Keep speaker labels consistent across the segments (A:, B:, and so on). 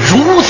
A: 郭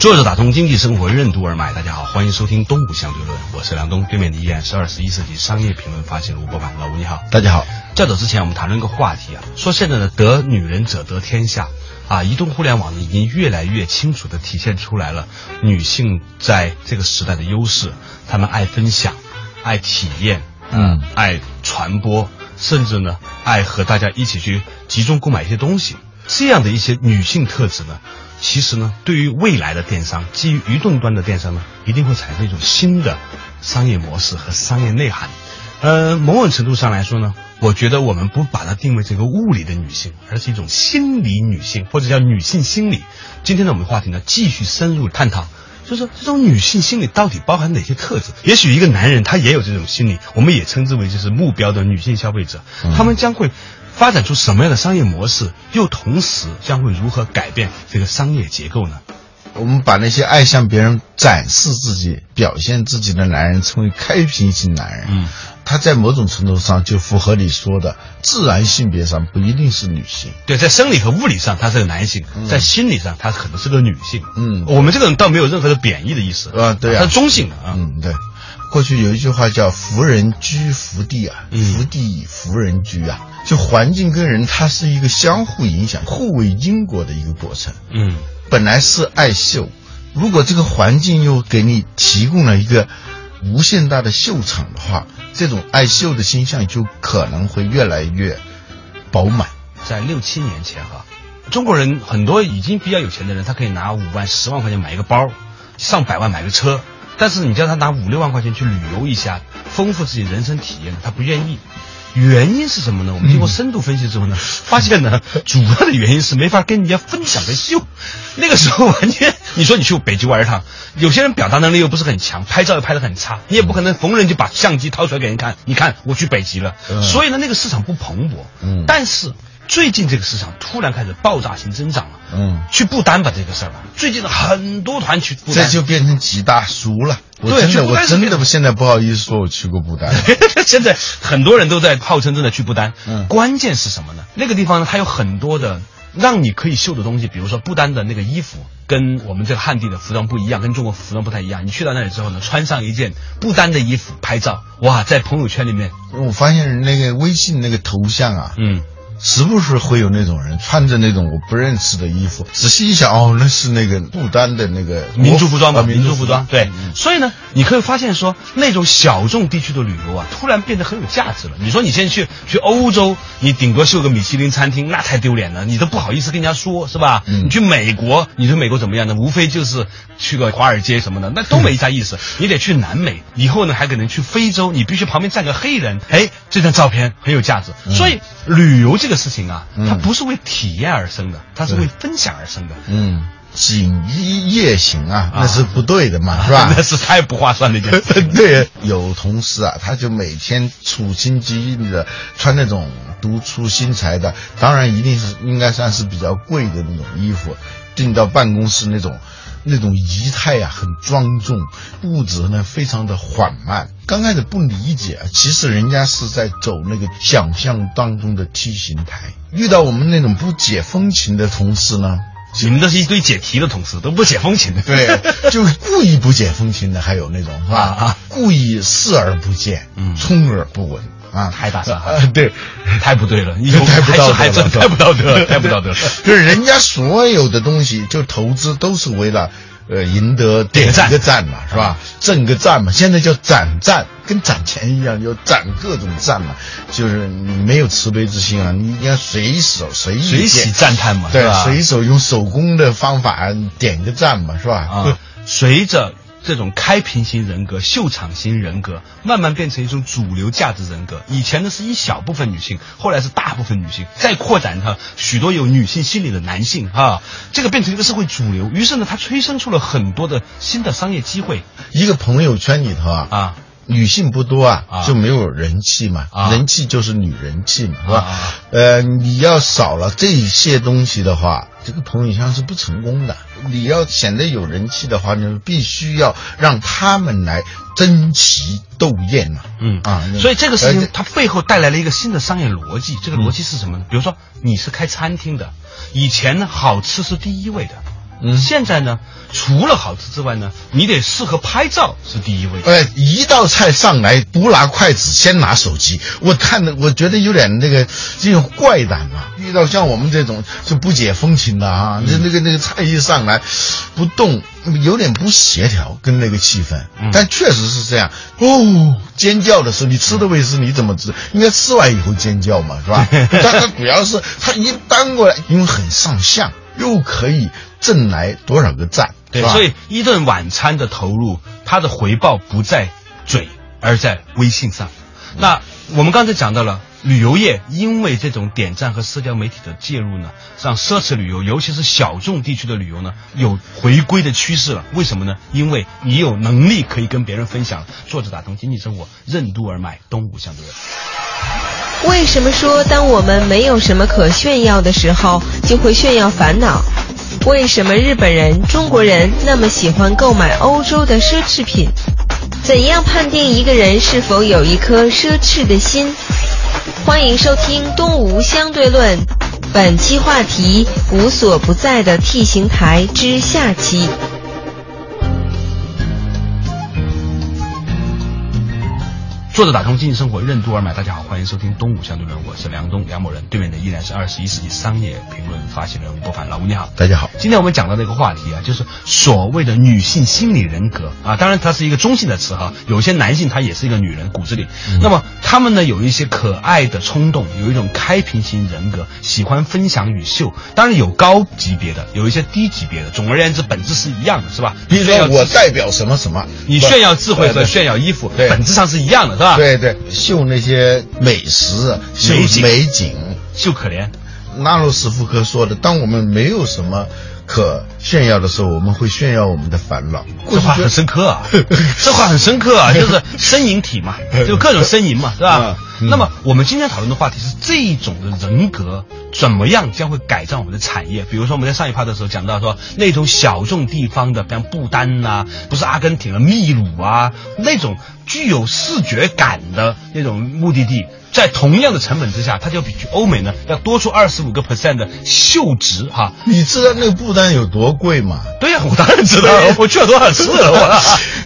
B: 作者打通经济生活任督二脉，大家好，欢迎收听《东吴相对论》，我是梁东，对面的依然是二十一世纪商业评论发行人吴伯凡，老吴你好。
C: 大家好，
B: 较早之前我们谈论个话题啊，说现在的得女人者得天下啊，移动互联网呢已经越来越清楚的体现出来了女性在这个时代的优势，她们爱分享，爱体验，
C: 嗯，
B: 爱传播，甚至呢爱和大家一起去集中购买一些东西。这样的一些女性特质呢，其实呢，对于未来的电商，基于移动端的电商呢，一定会产生一种新的商业模式和商业内涵。呃，某种程度上来说呢，我觉得我们不把它定位成一个物理的女性，而是一种心理女性，或者叫女性心理。今天呢，我们话题呢，继续深入探讨。就是这种女性心理到底包含哪些特质？也许一个男人他也有这种心理，我们也称之为就是目标的女性消费者，他们将会发展出什么样的商业模式？又同时将会如何改变这个商业结构呢？
C: 我们把那些爱向别人展示自己、表现自己的男人称为开瓶型男人。
B: 嗯，
C: 他在某种程度上就符合你说的自然性别上不一定是女性。
B: 对，在生理和物理上他是个男性，在心理上他可能是个女性。
C: 嗯
B: 我们这种倒没有任何的贬义的意思
C: 啊对啊
B: 它是中性的啊。
C: 嗯，对。过去有一句话叫“福人居福地”啊，
B: 嗯
C: 福地以福人居啊，就环境跟人它是一个相互影响、互为因果的一个过程。
B: 嗯
C: 本来是爱秀，如果这个环境又给你提供了一个无限大的秀场的话，这种爱秀的倾向就可能会越来越饱满。
B: 在六七年前哈，中国人很多已经比较有钱的人，他可以拿五万、十万块钱买一个包，上百万买个车。但是你叫他拿五六万块钱去旅游一下，丰富自己人生体验，他不愿意。原因是什么呢？我们经过深度分析之
C: 嗯
B: 后呢，发现呢，主要的原因是没法跟人家分享和秀。那个时候完全，你说你去北京玩一趟，有些人表达能力又不是很强，拍照又拍得很差，你也不可能逢人就把相机掏出来给人看。你看我去北极了，
C: 嗯
B: 所以呢，那个市场不蓬勃。
C: 嗯
B: 但是最近这个市场突然开始爆炸性增长了。
C: 嗯，
B: 去不丹吧这个事儿吧，最近的很多团去不丹，
C: 这就变成极大叔了。我
B: 对
C: 真
B: 去
C: 的，
B: 不
C: 我
B: 丹是
C: 真
B: 变
C: 的不现在不好意思说我去过不 丹。
B: 现在很多人都在号称正在去不丹。
C: 嗯
B: 关键是什么呢？那个地方呢，它有很多的让你可以秀的东西，比如说不丹的那个衣服跟我们这个汉地的服装不一样，跟中国服装不太一样。你去到那里之后呢，穿上一件不丹的衣服拍照，哇，在朋友圈里面，
C: 我发现人那个微信那个头像啊，
B: 嗯，
C: 时不时会有那种人穿着那种我不认识的衣服，仔细一想，哦，那是那个不丹的那个
B: 民族服装吧，
C: 啊
B: 民族服装。对，
C: 嗯
B: 所以呢，你可以发现说，那种小众地区的旅游啊，突然变得很有价值了。你说你先去去欧洲，你顶多秀个米其林餐厅，那太丢脸了，你都不好意思跟人家说，是吧？
C: 嗯
B: 你去美国，你说美国怎么样呢？无非就是去个华尔街什么的，那都没啥
C: 嗯
B: 意思。你得去南美，以后呢还可能去非洲，你必须旁边站个黑人，哎，这张照片很有价值。所以旅游这个事情啊，它
C: 嗯
B: 不是为体验而生的，它是为分享而生的。
C: 嗯，锦衣夜行啊，
B: 啊
C: 那是不对 的嘛，是吧
B: 那？是太不划算的一件事。
C: 对，有同事啊，他就每天处心积虑的穿那种独出心裁的，当然一定是应该算是比较贵的那种衣服，进到办公室那种那种仪态啊，很庄重，步子呢非常的缓慢。刚开始不理解，其实人家是在走那个想象当中的梯形台。遇到我们那种不解风情的同事呢，
B: 你们都是一堆解题的同事，都不解风情的。
C: 对，就故意不解风情的，还有那种是吧？
B: 啊啊，
C: 故意视而不见，
B: 嗯
C: 充耳不闻啊，
B: 太大傻
C: 啊，对，
B: 太不对了，你
C: 太不道德了
B: 还真
C: 是吧
B: 太不道德 了，太不道德了。
C: 就是人家所有的东西，就投资都是为了。呃，赢得点
B: 点赞
C: 一个赞嘛，是吧？挣个赞嘛，现在叫攒赞，跟攒钱一样，要攒各种赞嘛。就是你没有慈悲之心啊，你应该随手随意
B: 随喜
C: 点
B: 赞叹嘛，是
C: 对，
B: 吧？
C: 随手用手工的方法点个赞嘛，是吧？
B: 啊，随着这种开屏型人格、秀场型人格，慢慢变成一种主流价值人格。以前呢是一小部分女性，后来是大部分女性，再扩展哈，许多有女性心理的男性啊，这个变成一个社会主流。于是呢，它催生出了很多的新的商业机会
C: 一个朋友圈里头啊，
B: 啊，
C: 女性不多啊，
B: 啊
C: 就没有人气嘛，
B: 啊
C: 人气就是女人气嘛，是吧？
B: 啊
C: 呃，你要少了这些东西的话，这个朋友圈是不成功的。你要显得有人气的话，你必须要让他们来争奇斗艳嘛。
B: 嗯
C: 啊，
B: 所以这个事
C: 呃
B: 情它背后带来了一个新的商业逻辑，
C: 嗯
B: 这个逻辑是什么呢？比如说你是开餐厅的，以前呢好吃是第一位的，
C: 嗯
B: 现在呢除了好吃之外呢，你得适合拍照是第一位的。
C: 呃，一道菜上来不拿筷子，先拿手机。我看的，我觉得有点那个，这种怪胆啊。遇到像我们这种就不解风情的
B: 嗯
C: 啊，那、那个那个菜一上来，不动，有点不协调跟那个气氛。
B: 嗯
C: 但确实是这样。哦，尖叫的时候，你吃的位置你怎么吃？应该吃完以后尖叫嘛，是 吧？但它主要是它一搬过来，因为很上相，又可以挣来多少个赞，
B: 对
C: 是，吧
B: 所以一顿晚餐的投入，它的回报不在嘴，而在微信上。
C: 嗯
B: 那我们刚才讲到了旅游业，因为这种点赞和社交媒体的介入呢，让奢侈旅游，尤其是小众地区的旅游呢，有回归的趋势了。为什么呢？因为你有能力可以跟别人分享。作者打通经济生活，任督而脉，东吴相对论。
D: 为什么说当我们没有什么可炫耀的时候，就会炫耀烦恼？为什么日本人、中国人那么喜欢购买欧洲的奢侈品？怎样判定一个人是否有一颗奢侈的心？欢迎收听《东吴相对论》，本期话题：无所不在的 T 型台之下期。
B: 作者打通经济生活任督二脉，大家好，欢迎收听《东吴相对论》，我是梁东梁某人，对面的依然是二十一世纪商业评论发起人吴伯凡，老吴你好。
C: 大家好。
B: 今天我们讲到的一个话题啊，就是所谓的女性心理人格啊，当然它是一个中性的词哈，有些男性他也是一个女人骨子里。
C: 嗯
B: 那么他们呢有一些可爱的冲动，有一种开屏型人格，喜欢分享与秀。当然有高级别的，有一些低级别的，总而言之本质是一样的，是吧？
C: 比如
B: 炫耀
C: 说我
B: 智
C: 代表什么什么，
B: 你
C: 不
B: 炫耀智慧
C: 对
B: 和
C: 对
B: 炫耀衣服，
C: 对
B: 本质上是一样的，是吧？，
C: 对对，秀那些美食，秀
B: 美景
C: 美景。
B: 秀可怜。
C: 纳洛斯夫科说的，当我们没有什么可炫耀的时候，我们会炫耀我们的烦恼。
B: 这话很深刻啊， 这话很深刻 啊，就是呻吟体 嘛，就各种呻吟嘛，是吧？
C: 嗯
B: 那么我们今天讨论的话题是这一种的人格怎么样将会改善我们的产业？比如说我们在上一趴的时候讲到说，那种小众地方的，像不丹呐、不是阿根廷啊、秘鲁啊，那种具有视觉感的那种目的地。在同样的成本之下，它就比欧美呢要多出二十五个 percent 的秀值哈、
C: 你知道那个布单有多贵吗？
B: 对呀、我当然知道了，我去了多少次了， 我。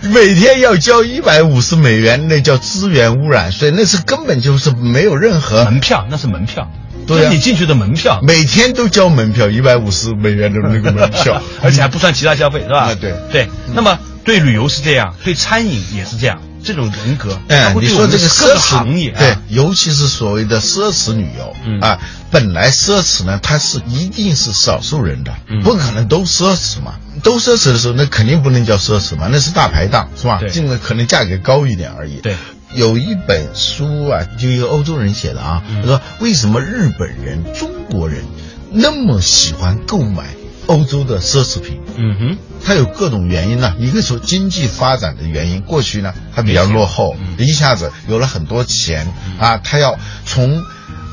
C: 每天要交一百五十美元，那叫资源污染税，那是根本就是没有任何，
B: 门票，那是门票，
C: 对啊
B: 就是你进去的门票，，
C: 每天都交门票一百五十美元的那个门票
B: 而且还不算其他消费，是吧？
C: 啊对
B: 对，那么对旅游是这样，对餐饮也是这样，这种人格，它
C: 哎，
B: 会
C: 你
B: 对我
C: 说
B: 们
C: 这
B: 各
C: 个奢
B: 个
C: 侈
B: 行业啊，
C: 对，尤其是所谓的奢侈旅游、
B: 嗯
C: 啊，本来奢侈呢，它是一定是少数人的，
B: 嗯
C: 不可能都奢侈嘛。都奢侈的时候，那肯定不能叫奢侈嘛，那是大排档是吧
B: 对？
C: 尽了可能价格高一点而已。
B: 对。
C: 有一本书啊，就一个欧洲人写的啊，
B: 嗯
C: 他说为什么日本人、中国人那么喜欢购买欧洲的奢侈品？
B: 嗯哼，
C: 它有各种原因呢，一个是经济发展的原因，过去呢它比较落后，一下子有了很多钱啊，它要从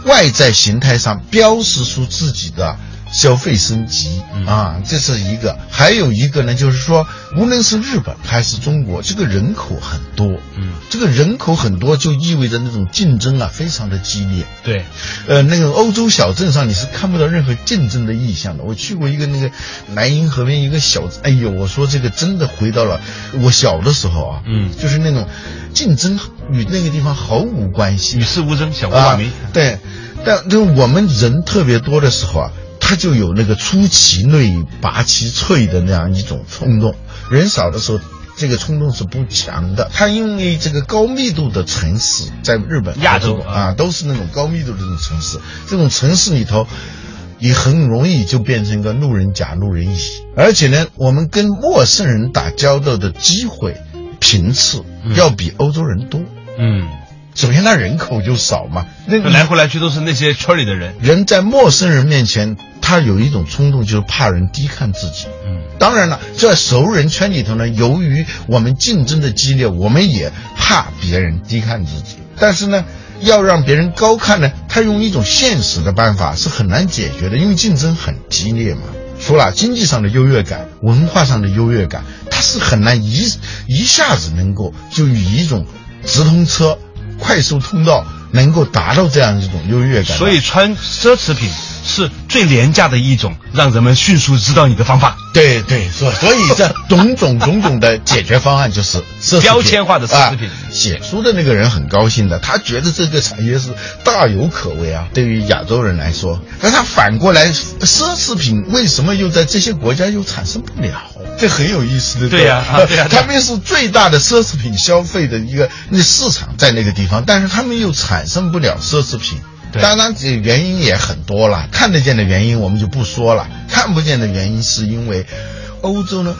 C: 外在形态上标识出自己的消费升级啊，这是一个。还有一个呢，就是说，无论是日本还是中国，这个人口很多，
B: 嗯，
C: 这个人口很多就意味着那种竞争啊非常的激烈，
B: 对，
C: 呃，那个欧洲小镇上你是看不到任何竞争的意向的。我去过一个那个莱茵河边一个小镇，哎呦，我说这个真的回到了我小的时候啊，
B: 嗯
C: 就是那种竞争与那个地方毫无关系
B: 与世无争，小无
C: 啊
B: 把名。，
C: 对，但就我们人特别多的时候啊。他就有那个出其内拔其萃的那样一种冲动，人少的时候，这个冲动是不强的。他因为这个高密度的城市，在日本、
B: 亚洲
C: 啊，啊，都是那种高密度的这种城市，这种城市里头。也很容易就变成个路人甲、路人乙，而且呢，我们跟陌生人打交道的机会频次要比欧洲人多。
B: 嗯，
C: 首先他人口就少嘛，那
B: 那来回来去都是那些圈里的人。
C: 人在陌生人面前，他有一种冲动，就是怕人低看自己。
B: 嗯，
C: 当然了，在熟人圈里头呢，由于我们竞争的激烈，我们也怕别人低看自己。但是呢，要让别人高看呢，他用一种现实的办法是很难解决的，因为竞争很激烈嘛。除了经济上的优越感、文化上的优越感，它是很难一一下子能够就以一种直通车、快速通道能够达到这样一种优越感的。
B: 所以穿奢侈品是最廉价的一种让人们迅速知道你的方法。
C: 对对，所所以这种种种种的解决方案就是奢侈品
B: 标签化的奢侈品
C: 啊写书的那个人很高兴的，他觉得这个产业是大有可为啊，对于亚洲人来说。但他反过来，奢侈品为什么又在这些国家又产生不了？这很有意思的。
B: 对呀
C: 吧
B: 啊对呀对呀
C: 他们是最大的奢侈品消费的一个那市场在那个地方，但是他们又产生不了奢侈品。
B: 对
C: 当然，这原因也很多了，看得见的原因我们就不说了，看不见的原因是因为欧洲呢，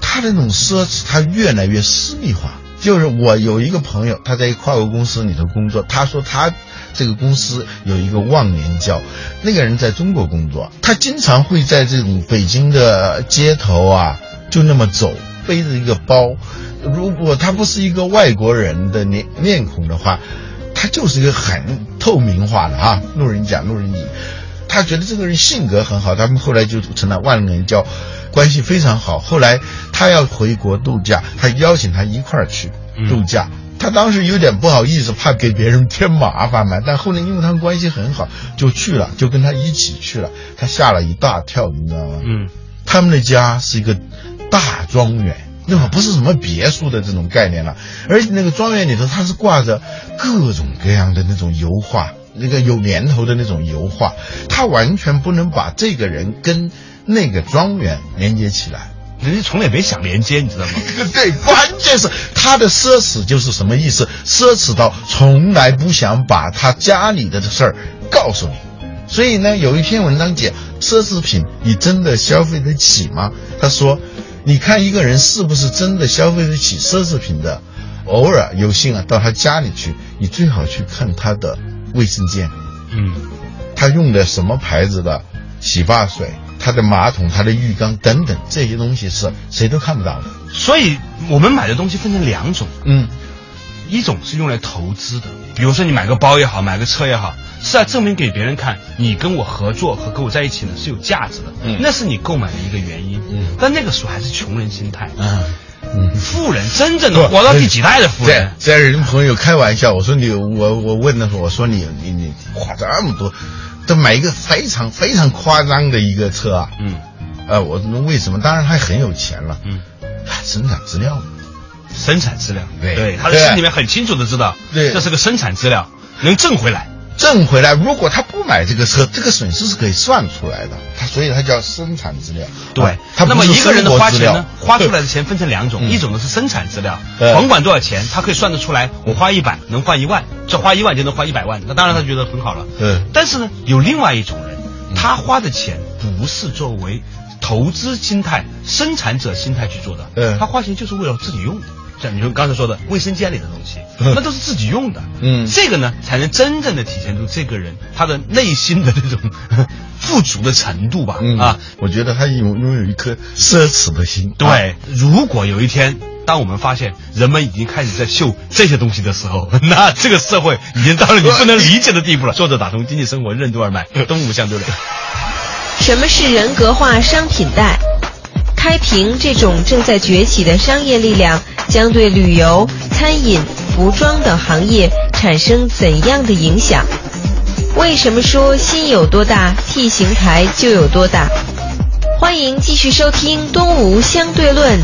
C: 它的那种奢侈它越来越私密化。就是我有一个朋友，他在一跨国公司里头工作，他说他这个公司有一个忘年交，那个人在中国工作，他经常会在这种北京的街头啊，就那么走，背着一个包。如果他不是一个外国人的脸面孔的话，他就是一个很透明化的啊，路人甲、路人乙。他觉得这个人性格很好，他们后来就成了万能交，关系非常好。后来他要回国度假，他邀请他一块儿去度假。他当时有点不好意思，怕给别人添麻烦嘛。但后来因为他们关系很好，就去了，就跟他一起去了。他吓了一大跳，你知道吗？
B: 嗯，
C: 他们的家是一个大庄园，那会儿不是什么别墅的这种概念了，而且那个庄园里头它是挂着各种各样的那种油画，那个有年头的那种油画，他完全不能把这个人跟那个庄园连接起来。
B: 人家从来没想连接，你知道吗？
C: 对，关键是他的奢侈就是什么意思？奢侈到从来不想把他家里的事儿告诉你。所以呢，有一篇文章讲奢侈品，你真的消费得起吗？他说，你看一个人是不是真的消费得起奢侈品的？偶尔有幸啊，到他家里去，你最好去看他的卫生间。
B: 嗯，
C: 他用的什么牌子的洗发水，他的马桶、他的浴缸等等这些东西是谁都看不到的。
B: 所以我们买的东西分成两种，
C: 嗯，
B: 一种是用来投资的，比如说你买个包也好，买个车也好，是要证明给别人看你跟我合作和跟我在一起呢是有价值的，
C: 嗯
B: 那是你购买的一个原因。
C: 嗯
B: 但那个时候还是穷人心态，
C: 啊，嗯，
B: 富人真正的活到第几代的富
C: 在
B: 人，
C: 在人朋友开玩笑，我说你，我我问他说，我说你你你花这么多，都买一个非常非常夸张的一个车啊，
B: 嗯
C: 呃，我说为什么？当然他很有钱了，
B: 嗯，
C: 生产资料，
B: 生产资料，
C: 对
B: 他的心里面很清楚的知道，
C: 对
B: 这是个生产资料，能挣回来。
C: 挣回来，如果他不买这个车，这个损失是可以算出来的，他所以它叫生产资料，
B: 对
C: 啊，它
B: 那
C: 不
B: 么
C: 是
B: 一个人的花
C: 生活资
B: 钱
C: 料
B: 呢，花出来的钱分成两种，
C: 嗯
B: 一种呢是生产资料，
C: 对
B: 甭管多少钱，他可以算得出来，我花一百能换一万，这花一万就能换一百万，那当然他觉得很好了。
C: 对嗯
B: 但是呢，有另外一种人，他花的钱不是作为投资心态、生产者心态去做的，
C: 对
B: 他花钱就是为了自己用。像你就刚才说的卫生间里的东西，
C: 嗯
B: 那都是自己用的。
C: 嗯
B: 这个呢，才能真正的体现出这个人他的内心的这种 富足的程度吧。
C: 嗯
B: 啊，，
C: 我觉得他拥拥有一颗奢侈的心，
B: 对，
C: 啊
B: 如果有一天，当我们发现人们已经开始在秀这些东西的时候， 那这个社会已经到了你不能理解的地步 了。作者打通经济生活任督二 脉，东吴相对论。
D: 什么是人格化商品贷？开平这种正在崛起的商业力量，将对旅游、餐饮、服装等行业产生怎样的影响？为什么说心有多大，T 型台就有多大？欢迎继续收听《东吴相对论》，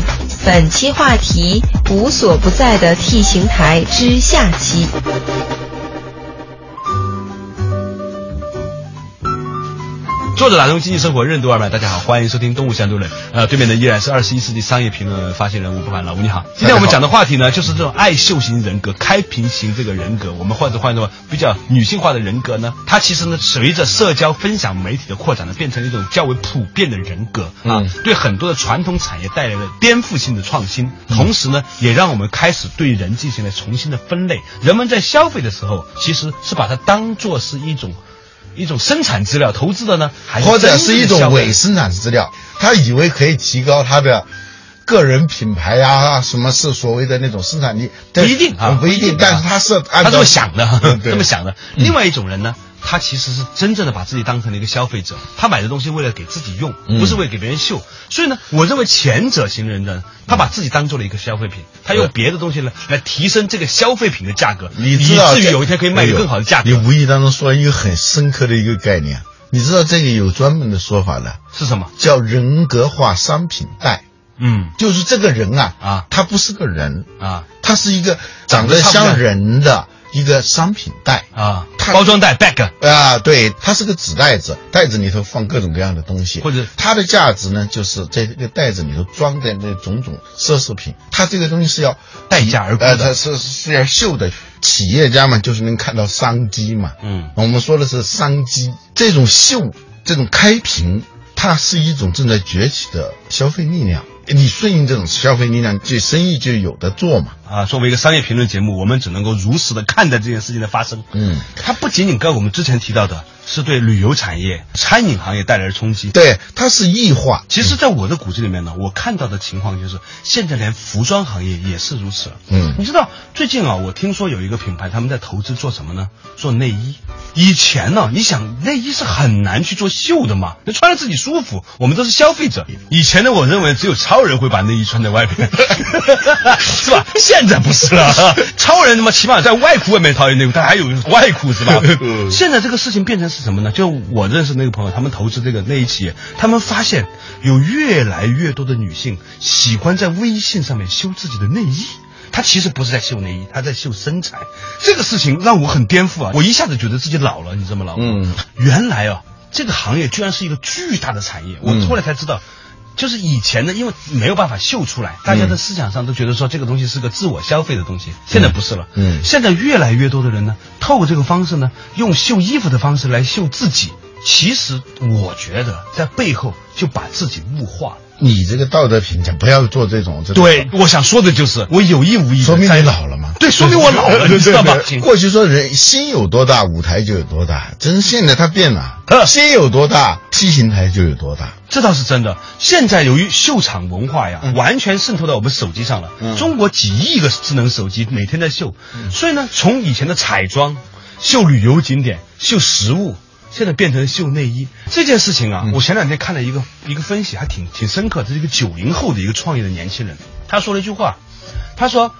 D: 本期话题：无所不在的 T 型台之下期。
B: 作者打通经济生活任督二脉，大家好，欢迎收听《东吴相对论》。呃，对面的依然是二十一世纪商业评论发现人吴不凡，老吴你好。今天我们讲的话题呢，就是这种爱秀型人格、开屏型这个人格，我们换着换着比较女性化的人格呢，它其实呢，随着社交分享媒体的扩展呢，变成一种较为普遍的人格啊，
C: 嗯
B: 对很多的传统产业带来了颠覆性的创新，同时呢，也让我们开始对人进行了重新的分类。人们在消费的时候，其实是把它当做是一种。一种生产资料投资的呢，还是
C: 或者
B: 真正
C: 是一
B: 的消
C: 种
B: 费
C: 伪生产资料，他以为可以提高他的个人品牌呀、什么是所谓的那种生产力，
B: 不
C: 但
B: 一定啊，
C: 不一定，但是他是按
B: 他
C: 照
B: 这么想 的
C: 嗯，对
B: 这么想的。另外一种人呢，他其实是真正的把自己当成了一个消费者，他买的东西为了给自己用，
C: 嗯
B: 不是为给别人秀。所以呢，我认为前者型人
C: 嗯
B: 呢，他把自己当做了一个消费品，他用别的东西呢来提升这个消费品的价格，
C: 你
B: 以
C: 知道
B: 至于
C: 这哎
B: 有一天可以卖给更好的价
C: 你
B: 格。
C: 无意当中说了一个很深刻的一个概念，你知道这个有专门的说法的，
B: 是什么？
C: 叫人格化商品带，
B: 嗯
C: 就是这个人啊，
B: 啊
C: 他不是个人，
B: 啊
C: 他是一个长得像人的一个商品袋
B: 啊，
C: 他
B: 包装袋 bag
C: 啊，对，它是个纸袋子，袋子里头放各种各样的东西，
B: 或者
C: 它的价值呢，就是在这个袋子里头装的那种种奢侈品，它这个东西是要
B: 待价而沽
C: 呃，
B: 的
C: 它是是要秀的。企业家嘛，就是能看到商机嘛，
B: 嗯，
C: 我们说的是商机，这种秀，这种开屏，它是一种正在崛起的消费力量。你顺应这种消费力量，就生意就有的做嘛。
B: 啊，作为一个商业评论节目，我们只能够如实的看待这件事情的发生。
C: 嗯，
B: 它不仅仅跟我们之前提到的是对旅游产业、餐饮行业带来的冲击。
C: 对，它是异化，
B: 其实，在我的骨子里面呢，我看到的情况就是，现在连服装行业也是如此。
C: 嗯
B: 你知道最近啊，我听说有一个品牌他们在投资做什么呢？做内衣。以前呢、你想内衣是很难去做秀的嘛，那穿着自己舒服，我们都是消费者。以前呢，我认为只有超人会把内衣穿在外面， 是吧？现在不是了，超人他妈起码在外裤外面套一内裤，他还有外裤是吧？现在这个事情变成是什么呢？就我认识那个朋友，他们投资这个内衣企业，他们发现有越来越多的女性喜欢在微信上面修自己的内衣。她其实不是在秀内衣，她在秀身材。这个事情让我很颠覆啊！我一下子觉得自己老了，你知道吗，老？
C: 嗯，
B: 原来啊，这个行业居然是一个巨大的产业。我
C: 嗯
B: 后来才知道，就是以前呢，因为没有办法秀出来，大家的思想上都觉得说这个东西是个自我消费的东西。现在不是了，
C: 嗯
B: 现在越来越多的人呢，透过这个方式呢，用秀衣服的方式来秀自己。其实我觉得在背后就把自己物化了。
C: 你这个道德评价不要做这种，这种
B: 对，我想说的就是，我有意无意地
C: 说明
B: 在
C: 你老了嘛。
B: 对，说明我老 了，你知道吗？
C: 过去说人心有多大，舞台就有多大，真现在它变了
B: 呵，
C: 心有多大，西行台就有多大。
B: 这倒是真的。现在由于秀场文化呀，完全渗透到我们手机上了。中国几亿个智能手机每天在秀，所以呢，从以前的彩妆、秀旅游景点、秀食物，现在变成秀内衣这件事情啊，我前两天看了一个一个分析，还挺挺深刻。这是一个九零后的一个创业的年轻人，他说了一句话，他说：“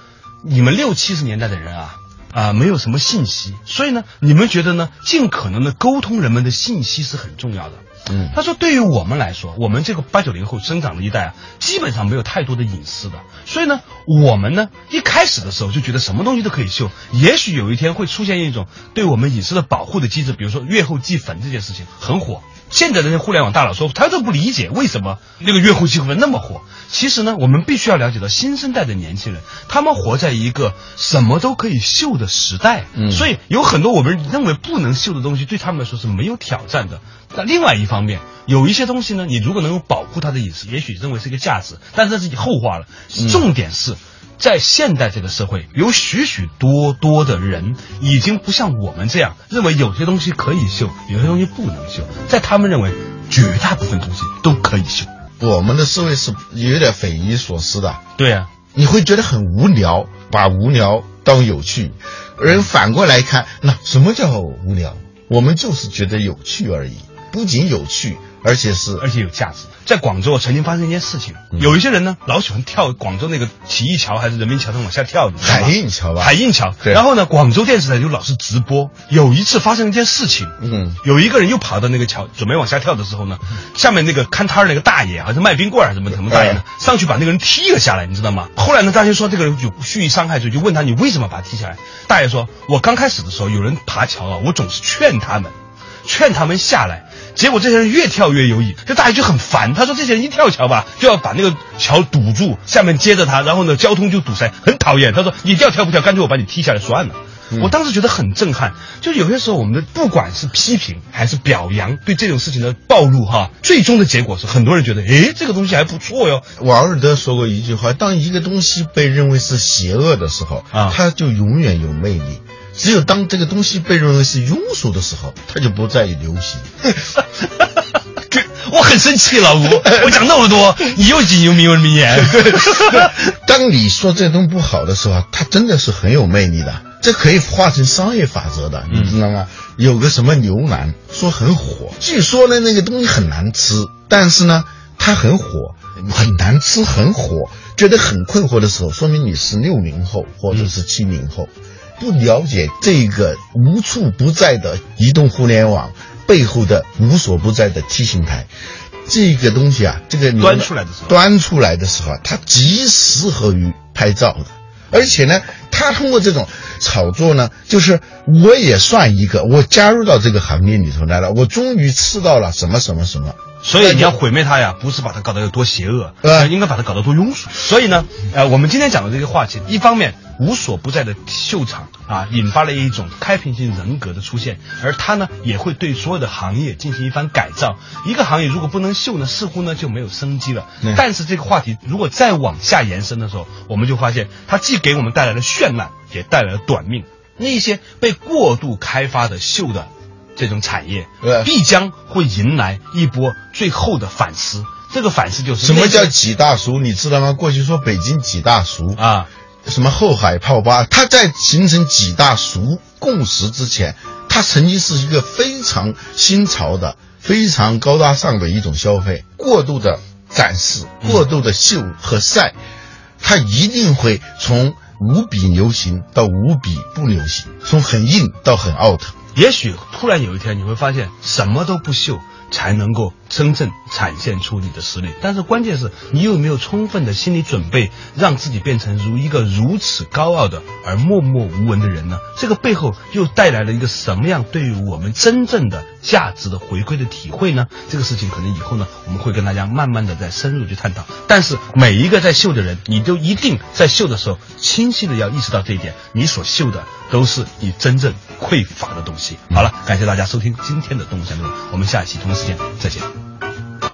B: 你们六七十年代的人啊，啊、没有什么信息，所以呢，你们觉得呢，尽可能的沟通人们的信息是很重要的。”
C: 嗯
B: 他说，对于我们来说，我们这个八九零后生长的一代啊，基本上没有太多的隐私的，所以呢，我们呢一开始的时候就觉得什么东西都可以秀，也许有一天会出现一种对我们隐私的保护的机制，比如说月后祭坟这件事情很火。现在的那些互联网大佬说，他都不理解为什么那个月后祭坟那么火。其实呢，我们必须要了解到新生代的年轻人，他们活在一个什么都可以秀的时代，
C: 嗯
B: 所以有很多我们认为不能秀的东西，对他们来说是没有挑战的。那另外一方面，有一些东西呢，你如果能够保护它的隐私，也许认为是一个价值，但是这是后话了。重点是。在现代这个社会，有许许多多的人已经不像我们这样认为有些东西可以秀，有些东西不能秀。在他们认为，绝大部分东西都可以秀。
C: 我们的思维是有点匪夷所思的，
B: 对呀、
C: 你会觉得很无聊，把无聊当有趣。人反过来看，那什么叫无聊？我们就是觉得有趣而已，不仅有趣，而且是
B: 而且有价值。在广州曾经发生一件事情，
C: 嗯
B: 有一些人呢老喜欢跳广州那个起义桥还是人民桥上往下跳，你知道吗
C: 海印桥吧
B: 海印桥。
C: 对
B: 然后呢，广州电视台就老是直播。有一次发生一件事情，
C: 嗯，
B: 有一个人又跑到那个桥准备往下跳的时候呢，下面那个看摊儿那个大爷，好像卖冰棍儿还啊是什么什么大爷
C: 哎
B: 呢，上去把那个人踢了下来，你知道吗？后来呢，大家说这个人有蓄意伤害罪，就问他你为什么把他踢下来？大爷说，我刚开始的时候有人爬桥啊，我总是劝他们，劝他们下来。结果这些人越跳越有瘾，这大爷就很烦。他说这些人一跳桥吧，就要把那个桥堵住，下面接着他，然后呢交通就堵塞，很讨厌。他说你要跳不跳，干脆我把你踢下来算了。我当时觉得很震撼，就有些时候我们的不管是批评还是表扬，对这种事情的暴露哈，最终的结果是很多人觉得，诶，这个东西还不错哟，
C: 瓦尔德说过一句话：当一个东西被认为是邪恶的时候，
B: 啊
C: 它就永远有魅力；只有当这个东西被认为是庸俗的时候，它就不再流行。
B: 这我很生气，老吴，我讲那么多，你又挤牛名文名言，
C: 当你说这东西不好的时候啊，它真的是很有魅力的，这可以化成商业法则的，你知道吗？有个什么牛腩说很火，据说呢那个东西很难吃，但是呢它很火，很难吃很火，觉得很困惑的时候，说明你是六零后或者是七零后，不了解这个无处不在的移动互联网背后的无所不在的 T 形态。这个东西啊，这个牛腩
B: 端出来的时候
C: 端出来的时候啊，它极适合于拍照的。而且呢，他通过这种炒作呢，就是我也算一个，我加入到这个行业里头来了，我终于吃到了什么什么什么。
B: 所以你要毁灭它呀，不是把它搞得有多邪恶，
C: 呃
B: 应该把它搞得多庸俗。所以呢，呃，我们今天讲的这个话题，一方面无所不在的秀场啊，引发了一种开瓶型人格的出现，而它呢，也会对所有的行业进行一番改造。一个行业如果不能秀呢，似乎呢就没有生机了。
C: 嗯
B: 但是这个话题如果再往下延伸的时候，我们就发现它既给我们带来了绚烂，也带来了短命。那些被过度开发的秀的这种产业
C: 呃，
B: 必将会迎来一波最后的反思。这个反思就是
C: 什么
B: 那些
C: 叫几大俗？你知道吗？过去说北京几大俗，
B: 啊？
C: 什么后海泡吧，它在形成几大俗共识之前，它曾经是一个非常新潮的、非常高大上的一种消费，过度的展示、过度的秀和晒，它一定会从无比流行到无比不流行，从很硬到很 out。
B: 也许突然有一天你会发现，什么都不秀才能够真正展现出你的实力。但是关键是你有没有充分的心理准备，让自己变成如一个如此高傲的而默默无闻的人呢？这个背后又带来了一个什么样对于我们真正的价值的回归的体会呢？这个事情可能以后呢，我们会跟大家慢慢的再深入去探讨。但是每一个在秀的人，你都一定在秀的时候，清晰的要意识到这一点，你所秀的都是你真正匮乏的东西。好了，感谢大家收听今天的《动物相对论》，我们下一期同一时间再见。